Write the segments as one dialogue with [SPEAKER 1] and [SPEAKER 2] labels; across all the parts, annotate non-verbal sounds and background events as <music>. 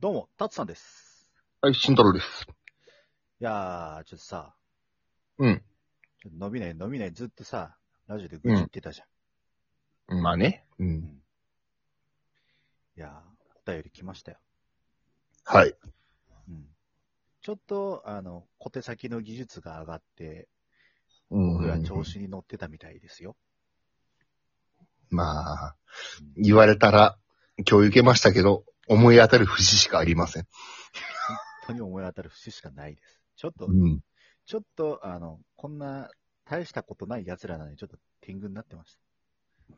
[SPEAKER 1] どうも、タツさんです。
[SPEAKER 2] はい、慎太郎です。
[SPEAKER 1] いやー、ちょっとさ、
[SPEAKER 2] うん。
[SPEAKER 1] ちょっと伸びない伸びないずっとさ、ラジオで愚痴言ってたじゃん。
[SPEAKER 2] まあね。うん。
[SPEAKER 1] いやー、お便り来ましたよ。
[SPEAKER 2] はい。
[SPEAKER 1] うん。ちょっと、あの、小手先の技術が上がって、
[SPEAKER 2] うん
[SPEAKER 1] 僕ら調子に乗ってたみたいですよ。
[SPEAKER 2] まあ、
[SPEAKER 1] うん
[SPEAKER 2] 言われたら、今日受けましたけど、思い当たる節しかありません。
[SPEAKER 1] 本当に思い当たる節しかないです。ちょっと、
[SPEAKER 2] うん。
[SPEAKER 1] ちょっと、あの、こんな、大したことない奴らなのに、ちょっと天狗になってました。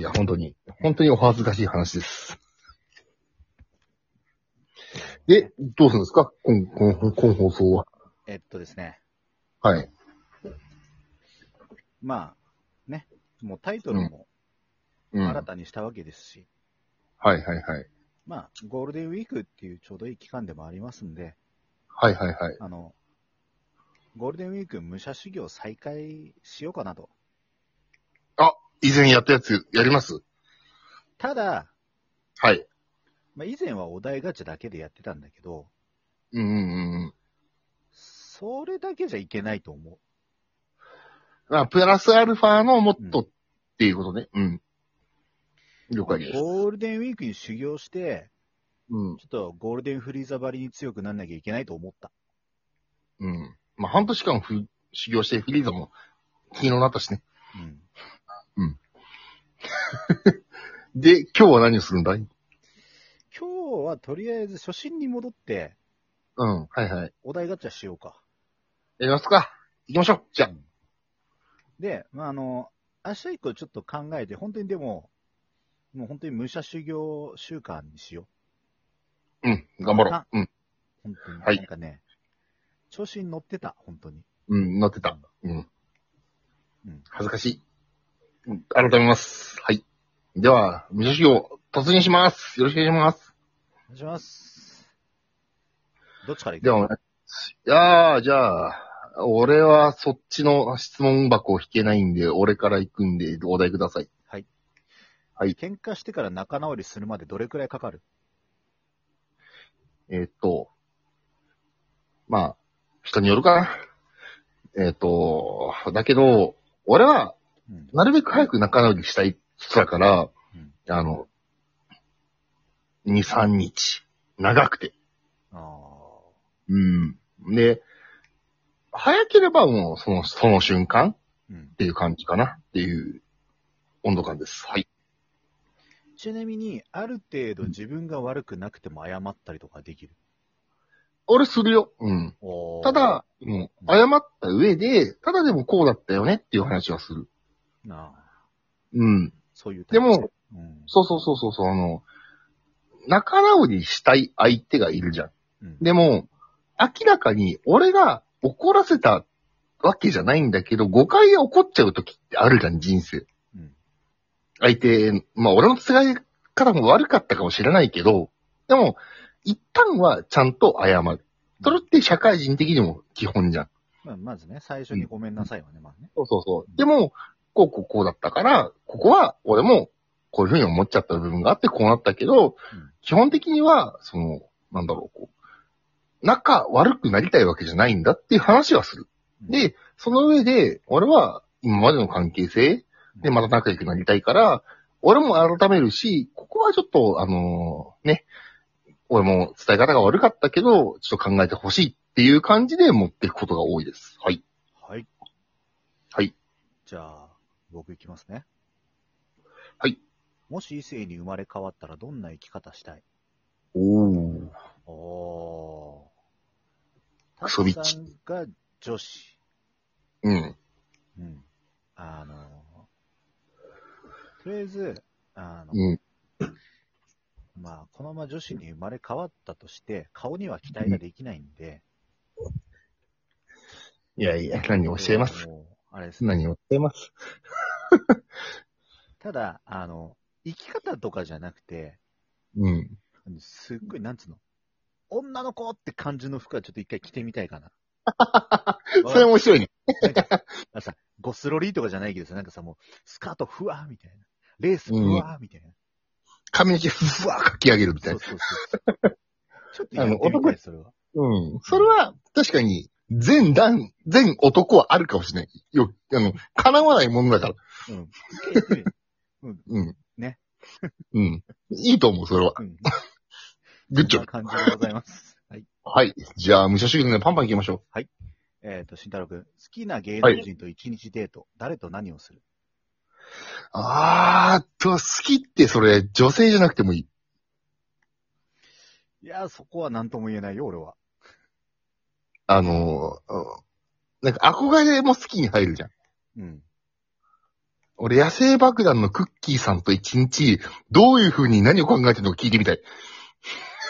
[SPEAKER 2] いや、本当に、本当にお恥ずかしい話です。で、どうするんですか今、今、今放送は。
[SPEAKER 1] えっとですね、
[SPEAKER 2] はい。
[SPEAKER 1] まあ、ね、もうタイトルも
[SPEAKER 2] うん。は
[SPEAKER 1] 新
[SPEAKER 2] い
[SPEAKER 1] たにしたわけですし、
[SPEAKER 2] はいはい。
[SPEAKER 1] まあ、ゴールデンウィークっていうちょうどいい期間でもありますんで、
[SPEAKER 2] はいはいはい。
[SPEAKER 1] あの、ゴールデンウィーク武者修行再開しようかなと。
[SPEAKER 2] 以前やったやつ、やります
[SPEAKER 1] ただ、
[SPEAKER 2] はい。
[SPEAKER 1] まあ、以前はお題ガチャだけでやってたんだけど、
[SPEAKER 2] うんうんうん。
[SPEAKER 1] それだけじゃいけないと思う。
[SPEAKER 2] まあ、プラスアルファのモットーっていうことね。うん。了解です。
[SPEAKER 1] ゴールデンウィークに修行して、
[SPEAKER 2] うん。
[SPEAKER 1] ちょっとゴールデンフリーザばりに強くなんなきゃいけないと思った。
[SPEAKER 2] うん。まあ、半年間ふ修行してフリーザも気になったしね。
[SPEAKER 1] うん。
[SPEAKER 2] で、今日は何をするんだい
[SPEAKER 1] 今日はとりあえず初心に戻って、
[SPEAKER 2] うん。はいはい。
[SPEAKER 1] お題ガチャしようか。
[SPEAKER 2] やりますか行きましょうじゃあ。
[SPEAKER 1] で、まあ、あの、明日以降ちょっと考えて、本当にでも、もう本当に武者修行習慣にしよ
[SPEAKER 2] うん。頑張ろ
[SPEAKER 1] あ
[SPEAKER 2] う。うん。
[SPEAKER 1] う。本当に。
[SPEAKER 2] はい
[SPEAKER 1] なんかね、調子に乗ってた、本当に。
[SPEAKER 2] うん。なってた。うん。
[SPEAKER 1] うん
[SPEAKER 2] 恥ずかしい。うん改めます。はい。では、無所修行、突入します。よろしくお願いします。
[SPEAKER 1] お願いします。どっちから行く
[SPEAKER 2] では、お願いしますいやー、じゃあ、俺はそっちの質問箱を引けないんで、俺から行くんで、お題ください。
[SPEAKER 1] 喧嘩してから仲直りするまでどれくらいかかる
[SPEAKER 2] えーっと、まあ、人によるかな。えーっと、だけど、俺は、
[SPEAKER 1] うん。
[SPEAKER 2] なるべく早く仲直りしたい人だから、
[SPEAKER 1] うん
[SPEAKER 2] あの、2、3日。長くて。
[SPEAKER 1] あ
[SPEAKER 2] うん。で、早ければもう、その、その瞬間
[SPEAKER 1] ーうん
[SPEAKER 2] っ。ていう感じかなっていう温度感です。はい。
[SPEAKER 1] ちなみに、ある程度自分が悪くなくても謝ったりとかできる。
[SPEAKER 2] 俺するよ。うん。ただ、もう、謝った上で、ただでもこうだったよねっていう話はする。
[SPEAKER 1] なあ、
[SPEAKER 2] うん。
[SPEAKER 1] そういうタ
[SPEAKER 2] で
[SPEAKER 1] イプ。
[SPEAKER 2] も、
[SPEAKER 1] うん、
[SPEAKER 2] そうそうそうそうそう、あの、仲直りしたい相手がいるじゃん。
[SPEAKER 1] うん。
[SPEAKER 2] でも、明らかに俺が怒らせたわけじゃないんだけど、誤解が起こっちゃう時ってあるじゃん、人生。
[SPEAKER 1] うん。
[SPEAKER 2] 相手、まあ俺の使い方も悪かったかもしれないけど、でも、一旦はちゃんと謝る。それって社会人的にも基本じゃん。
[SPEAKER 1] まあ、まずね、最初にごめんなさいはね、まあね。
[SPEAKER 2] そうそうそう。でも、こうこうこうだったから、ここは俺もこういうふうに思っちゃった部分があってこうなったけ
[SPEAKER 1] う
[SPEAKER 2] ど、
[SPEAKER 1] ん
[SPEAKER 2] 基本的には、その、なんだろう、こう、仲悪くなりたいわけじゃないんだっていう話はする。で、その上で、俺は今までの関係性でまた仲良くなりたいから、俺も改めるし、ここはちょっと、あのーね、俺も伝え方が悪かったけど、ちょっと考えてほしいっていう感じで持っていくことが多いです。はい。
[SPEAKER 1] はい。
[SPEAKER 2] はい。
[SPEAKER 1] じゃあ、僕いきますね。
[SPEAKER 2] はい。
[SPEAKER 1] もし異性に生まれ変わったらどんな生き方したい
[SPEAKER 2] おー。
[SPEAKER 1] おー。
[SPEAKER 2] クソビッチ
[SPEAKER 1] タツさんが女子。
[SPEAKER 2] うん。
[SPEAKER 1] うん。あのー、とりあえず、あの、
[SPEAKER 2] うん。
[SPEAKER 1] まあ、このまま女子に生まれ変わったとして、顔には期待ができないんで。
[SPEAKER 2] いやいや、何を教えます。
[SPEAKER 1] もう。あれですね。
[SPEAKER 2] 何を教えます。
[SPEAKER 1] ただ、あの、生き方とかじゃなくて、
[SPEAKER 2] うん。
[SPEAKER 1] すっごい、なんつうの女の子って感じの服はちょっと一回着てみたいかな。
[SPEAKER 2] <laughs> それ面白いね。
[SPEAKER 1] あさ、ゴスロリーとかじゃないけどさ、なんかさ、もう、スカートふわーみたいな。レースふわーみたいな。
[SPEAKER 2] 髪の毛ふわーかき上げるみたい
[SPEAKER 1] そう
[SPEAKER 2] な。
[SPEAKER 1] そ
[SPEAKER 2] <laughs>
[SPEAKER 1] うそう。ちょっとやってみたい、それは。
[SPEAKER 2] うん。それは、確かに、全男、全男はあるかもしれない。よ、あの、叶わないものだから。
[SPEAKER 1] うん。一回やってみる
[SPEAKER 2] うん。
[SPEAKER 1] ね。
[SPEAKER 2] <laughs> うん。いいと思う、それは。 <laughs>
[SPEAKER 1] うん。
[SPEAKER 2] グッジョ
[SPEAKER 1] そん
[SPEAKER 2] ブ
[SPEAKER 1] な。感じでございます。はい。
[SPEAKER 2] はい。じゃあ、武者主義のパンパン行きましょ
[SPEAKER 1] えっ、と、慎太郎くん、好きな芸能人と一日デート、誰と何をする
[SPEAKER 2] う。あーっと、好きってそれ、女性じゃなくてもいい。
[SPEAKER 1] いやー、そこは何とも言えないよ、俺は。
[SPEAKER 2] あのー、うんなんか憧れも好きに入るじゃん。
[SPEAKER 1] うん。
[SPEAKER 2] 俺、野生爆弾のクッキーさんと一日、どういう風に何を考えてるのか聞いてみたい。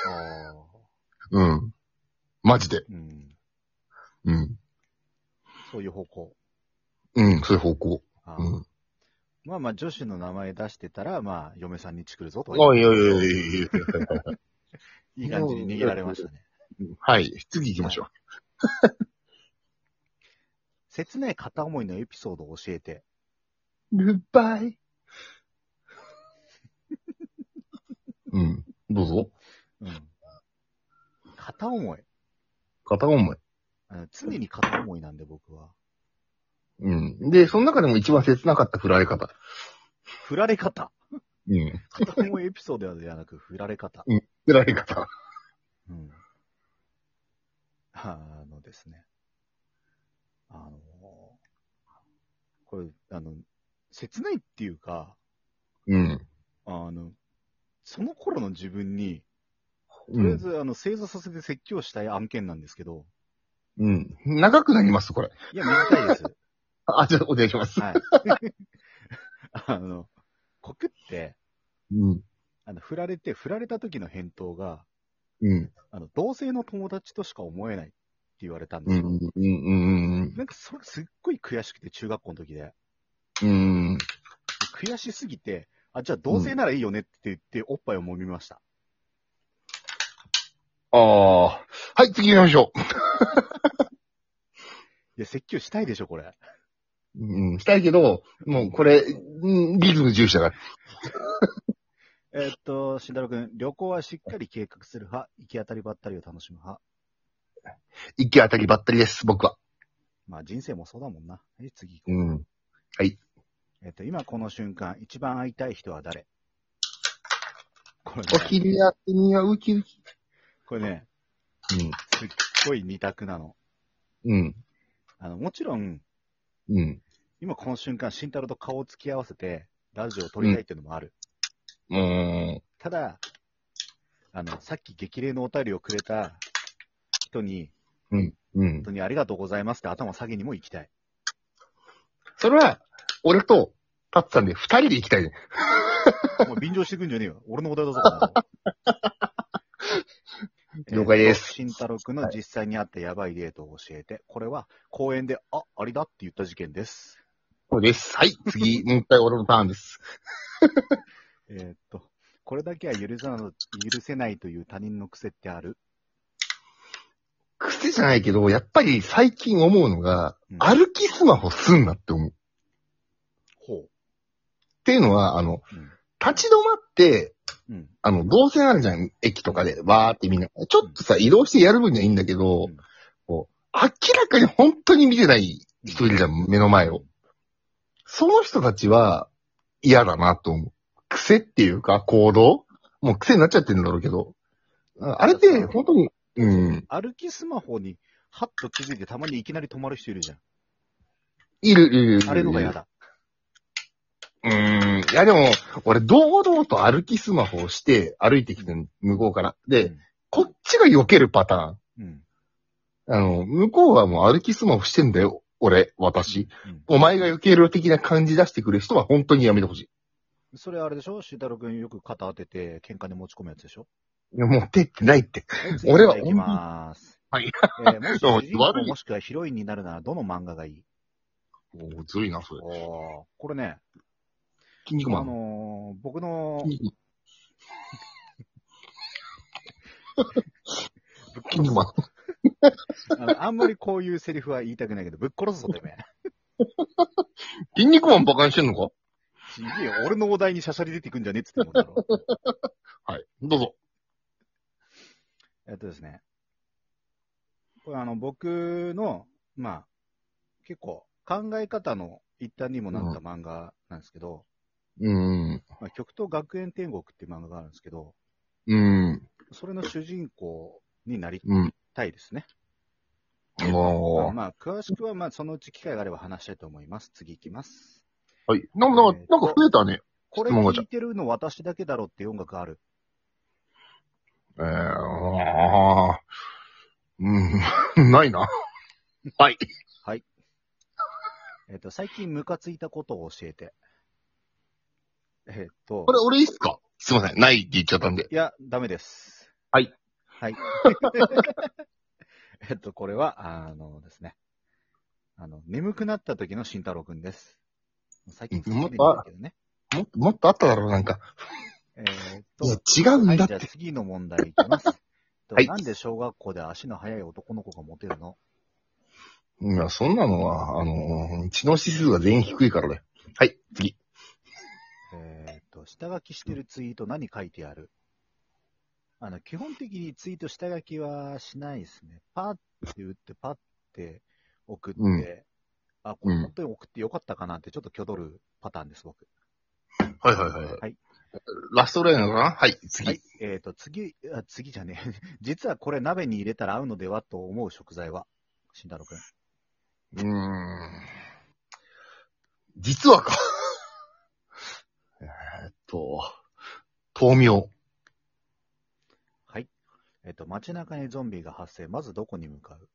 [SPEAKER 1] あ
[SPEAKER 2] うん。マジで。
[SPEAKER 1] ーうん。
[SPEAKER 2] うん。
[SPEAKER 1] そういう方向。
[SPEAKER 2] うん、そういう方向。
[SPEAKER 1] あー
[SPEAKER 2] うん。
[SPEAKER 1] まあまあ、女子の名前出してたら、まあ、嫁さんに作るぞと。
[SPEAKER 2] あ、いやいやいやいやいや。
[SPEAKER 1] いい感じに逃げられましたね。
[SPEAKER 2] <laughs> はい。次行きましょう。
[SPEAKER 1] 切ない片思いのエピソードを教えて。
[SPEAKER 2] ルバイ。うん。どうぞ。
[SPEAKER 1] うん。片思い。
[SPEAKER 2] 片思い。
[SPEAKER 1] あの常に片思いなんで、僕は。
[SPEAKER 2] うん。で、その中でも一番切なかった振られ方。
[SPEAKER 1] 振られ方。
[SPEAKER 2] うん。
[SPEAKER 1] 片思いエピソードではなく、振られ方。
[SPEAKER 2] 振られ方。
[SPEAKER 1] うん。あのですね。あの、これ、あの、切ないっていうか、
[SPEAKER 2] うん。
[SPEAKER 1] あの、その頃の自分に、と
[SPEAKER 2] う
[SPEAKER 1] りあえ
[SPEAKER 2] ん。
[SPEAKER 1] ず、あの、正座させて説教したい案件なんですけど、
[SPEAKER 2] うん。長くなります、これ。
[SPEAKER 1] いや、短い
[SPEAKER 2] <laughs>
[SPEAKER 1] です。
[SPEAKER 2] あ、じゃあ、お願いします。
[SPEAKER 1] はい。 <laughs> あの、告って、
[SPEAKER 2] うん。
[SPEAKER 1] あの、振られて、振られた時の返答が、
[SPEAKER 2] うん。
[SPEAKER 1] あの、同性の友達としか思えないって言われたんで
[SPEAKER 2] う
[SPEAKER 1] す
[SPEAKER 2] ん
[SPEAKER 1] よ。。
[SPEAKER 2] うん。うん。
[SPEAKER 1] なんか、それすっごい悔しくて、中学校の時で。
[SPEAKER 2] うん。
[SPEAKER 1] 悔しすぎて、あ、じゃあ同性ならいいよねって言って、おっぱいを揉みました。
[SPEAKER 2] ああ。はい、次行きましょ
[SPEAKER 1] いや、説教したいでしょ、これ。
[SPEAKER 2] う。うん。したいけど、もうこれ、うんリズム重視だから。
[SPEAKER 1] えーっと、慎太郎くん、旅行はしっかり計画する派、行き当たりばったりを楽しむ派。
[SPEAKER 2] 行き当たりばったりです、僕は。
[SPEAKER 1] まあ、人生もそうだもんな。はい、次行こう。
[SPEAKER 2] うん。
[SPEAKER 1] えーっと、今この瞬間、一番会いたい人は誰これ
[SPEAKER 2] お
[SPEAKER 1] ね、
[SPEAKER 2] 昼やってみよう、ウキウキ。
[SPEAKER 1] これね、すっごい二択なの。
[SPEAKER 2] うん。うん。
[SPEAKER 1] あの、もちろん、
[SPEAKER 2] うん。
[SPEAKER 1] 今この瞬間、慎太郎と顔を突き合わせて、ラジオを撮りたいっていうのもある。
[SPEAKER 2] うーん。
[SPEAKER 1] ただ、あの、さっき激励のお便りをくれた人に、
[SPEAKER 2] うん
[SPEAKER 1] 本。当にありがとうございますって頭下げにも行きたい。
[SPEAKER 2] それは、俺と、タッツさんで二人で行きたいね。
[SPEAKER 1] お前便乗してくんじゃねえよ。俺のお題だぞ。この
[SPEAKER 2] <laughs> 了解です
[SPEAKER 1] えーと慎太郎くんの実際にあったやばいデートを教えて、これは公園で、あ、ありだって言った事件です。
[SPEAKER 2] そうです。はい。次、もう一回俺のターンです。
[SPEAKER 1] えーっと、これだけは許さな許せないという他人の癖ってある。
[SPEAKER 2] 癖じゃないけど、やっぱり最近思うのが、
[SPEAKER 1] うん
[SPEAKER 2] 歩きスマホすんなって思う。っ
[SPEAKER 1] ほ
[SPEAKER 2] ていうのは、あの、
[SPEAKER 1] う。
[SPEAKER 2] 立ち止まって、
[SPEAKER 1] うん。うん。
[SPEAKER 2] あの、動線あるじゃん。駅とかで、わーってみんな。ちょっとさ、移動してやる分にはいいんだけど、
[SPEAKER 1] うん
[SPEAKER 2] こう、明らかに本当に見てない人いるじゃん、目の前を。その人たちは嫌だなと思う。癖っていうか行動もう癖になっちゃってるんだろうけど。ああれって本当に、うん、
[SPEAKER 1] 歩きスマホに、はっと気づいてたまにいきなり止まる人いるじゃん。
[SPEAKER 2] いる、いる、いる。
[SPEAKER 1] あれのが嫌だ。
[SPEAKER 2] うん。いやでも、俺堂々と歩きスマホをして歩いてきてん向こうから。で、
[SPEAKER 1] うん
[SPEAKER 2] こっちが避けるパターン。
[SPEAKER 1] うん。
[SPEAKER 2] あの、向こうはもう歩きスマホしてんだよ。俺、私。
[SPEAKER 1] うん
[SPEAKER 2] お前が避ける的な感じ出してくる人は本当にやめてほしい。
[SPEAKER 1] それあれでしょ慎太郎くんよく肩当てて喧嘩で持ち込むやつでしょ
[SPEAKER 2] いや、持ってってないって。俺は
[SPEAKER 1] 行きまーす。
[SPEAKER 2] はい。
[SPEAKER 1] えー、 <laughs> もし主人
[SPEAKER 2] 悪
[SPEAKER 1] 公
[SPEAKER 2] い
[SPEAKER 1] もしくはヒロインになるならどの漫画がいい
[SPEAKER 2] おーずるいな、それ。
[SPEAKER 1] おーこれね、
[SPEAKER 2] 筋肉
[SPEAKER 1] あ
[SPEAKER 2] マン。
[SPEAKER 1] のー、僕の
[SPEAKER 2] 筋肉
[SPEAKER 1] ぶっ
[SPEAKER 2] 筋肉マン。
[SPEAKER 1] あのあんまりこういうセリフは言いたくないけど、ぶっ殺すぞ、てめえ。
[SPEAKER 2] 筋肉マンバカにしてんのか
[SPEAKER 1] ちげえよ、俺のお <laughs> 題にシャシャリ出てくんじゃねえっつってもんだろ。
[SPEAKER 2] はい。どうぞ。
[SPEAKER 1] ええっとですね。これあの、僕の、まあ、結構考え方の一端にもなった漫画なんですけど、
[SPEAKER 2] うん。
[SPEAKER 1] まあ、極東学園天国っていう漫画があるんですけど、
[SPEAKER 2] うん。
[SPEAKER 1] それの主人公になり
[SPEAKER 2] うん。
[SPEAKER 1] たいですね。まあ、
[SPEAKER 2] もう。
[SPEAKER 1] まあ詳しくは、まあ、そのうち機会があれば話したいと思います。次行きます。
[SPEAKER 2] はい。なんか、なんか
[SPEAKER 1] えーと
[SPEAKER 2] なんか増えたね。
[SPEAKER 1] これ
[SPEAKER 2] 質問がじ
[SPEAKER 1] 聞
[SPEAKER 2] ゃ
[SPEAKER 1] いてるの私だけだろっていう音楽ある。
[SPEAKER 2] えー、あーうん。 <laughs> ないな。はい。
[SPEAKER 1] えっ、と、最近ムカついたことを教えて。えっ、と
[SPEAKER 2] こ、れ俺いいっすかすいません。ないって言っちゃったんで。
[SPEAKER 1] いや、ダメです。
[SPEAKER 2] はい。
[SPEAKER 1] はい。 <laughs> えっと、これは、あのですね。あの、眠くなった時の慎太郎くんです。最近
[SPEAKER 2] うん
[SPEAKER 1] 眠いんだけどね。
[SPEAKER 2] もっと、もっとあっただろう、なんか。
[SPEAKER 1] えっと
[SPEAKER 2] い、や、違
[SPEAKER 1] は
[SPEAKER 2] うん
[SPEAKER 1] い、じ
[SPEAKER 2] だ
[SPEAKER 1] ゃ
[SPEAKER 2] って。
[SPEAKER 1] あ次の問題いきます。と
[SPEAKER 2] <laughs> はい
[SPEAKER 1] なんで小学校で足の速い男の子がモテるの
[SPEAKER 2] いや、そんなのは、あのー知能指数が全員低いからね。はい、次。
[SPEAKER 1] えっと、下書きしてるツイート何書いてあるあの、基本的にツイート下書きはしないですね。パーって打って、パーって送って、
[SPEAKER 2] うん
[SPEAKER 1] あ、これ
[SPEAKER 2] うん
[SPEAKER 1] 本当に送ってよかったかなってちょっと挙取るパターンです、僕。
[SPEAKER 2] はいはいはい。
[SPEAKER 1] はい。
[SPEAKER 2] ラストレーンかなはい、次。
[SPEAKER 1] はい。えっ、と、次、あ次じゃねえ。 <laughs> 実はこれ鍋に入れたら合うのではと思う食材は慎太郎くん。
[SPEAKER 2] うーん。実はか。 <laughs> えーっと、豆苗。
[SPEAKER 1] はい。えっ、と、街中にゾンビが発生。まずどこに向かう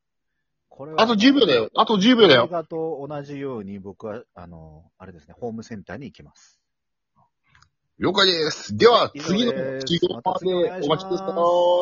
[SPEAKER 1] これは
[SPEAKER 2] あと10秒だよ。あと10秒だ
[SPEAKER 1] 映
[SPEAKER 2] よ。
[SPEAKER 1] 画と同じように僕は、あの、あれですね、ホームセンターに行きます。
[SPEAKER 2] 了解です。では、
[SPEAKER 1] 以上
[SPEAKER 2] 次の
[SPEAKER 1] です
[SPEAKER 2] 企業までお待ちしております。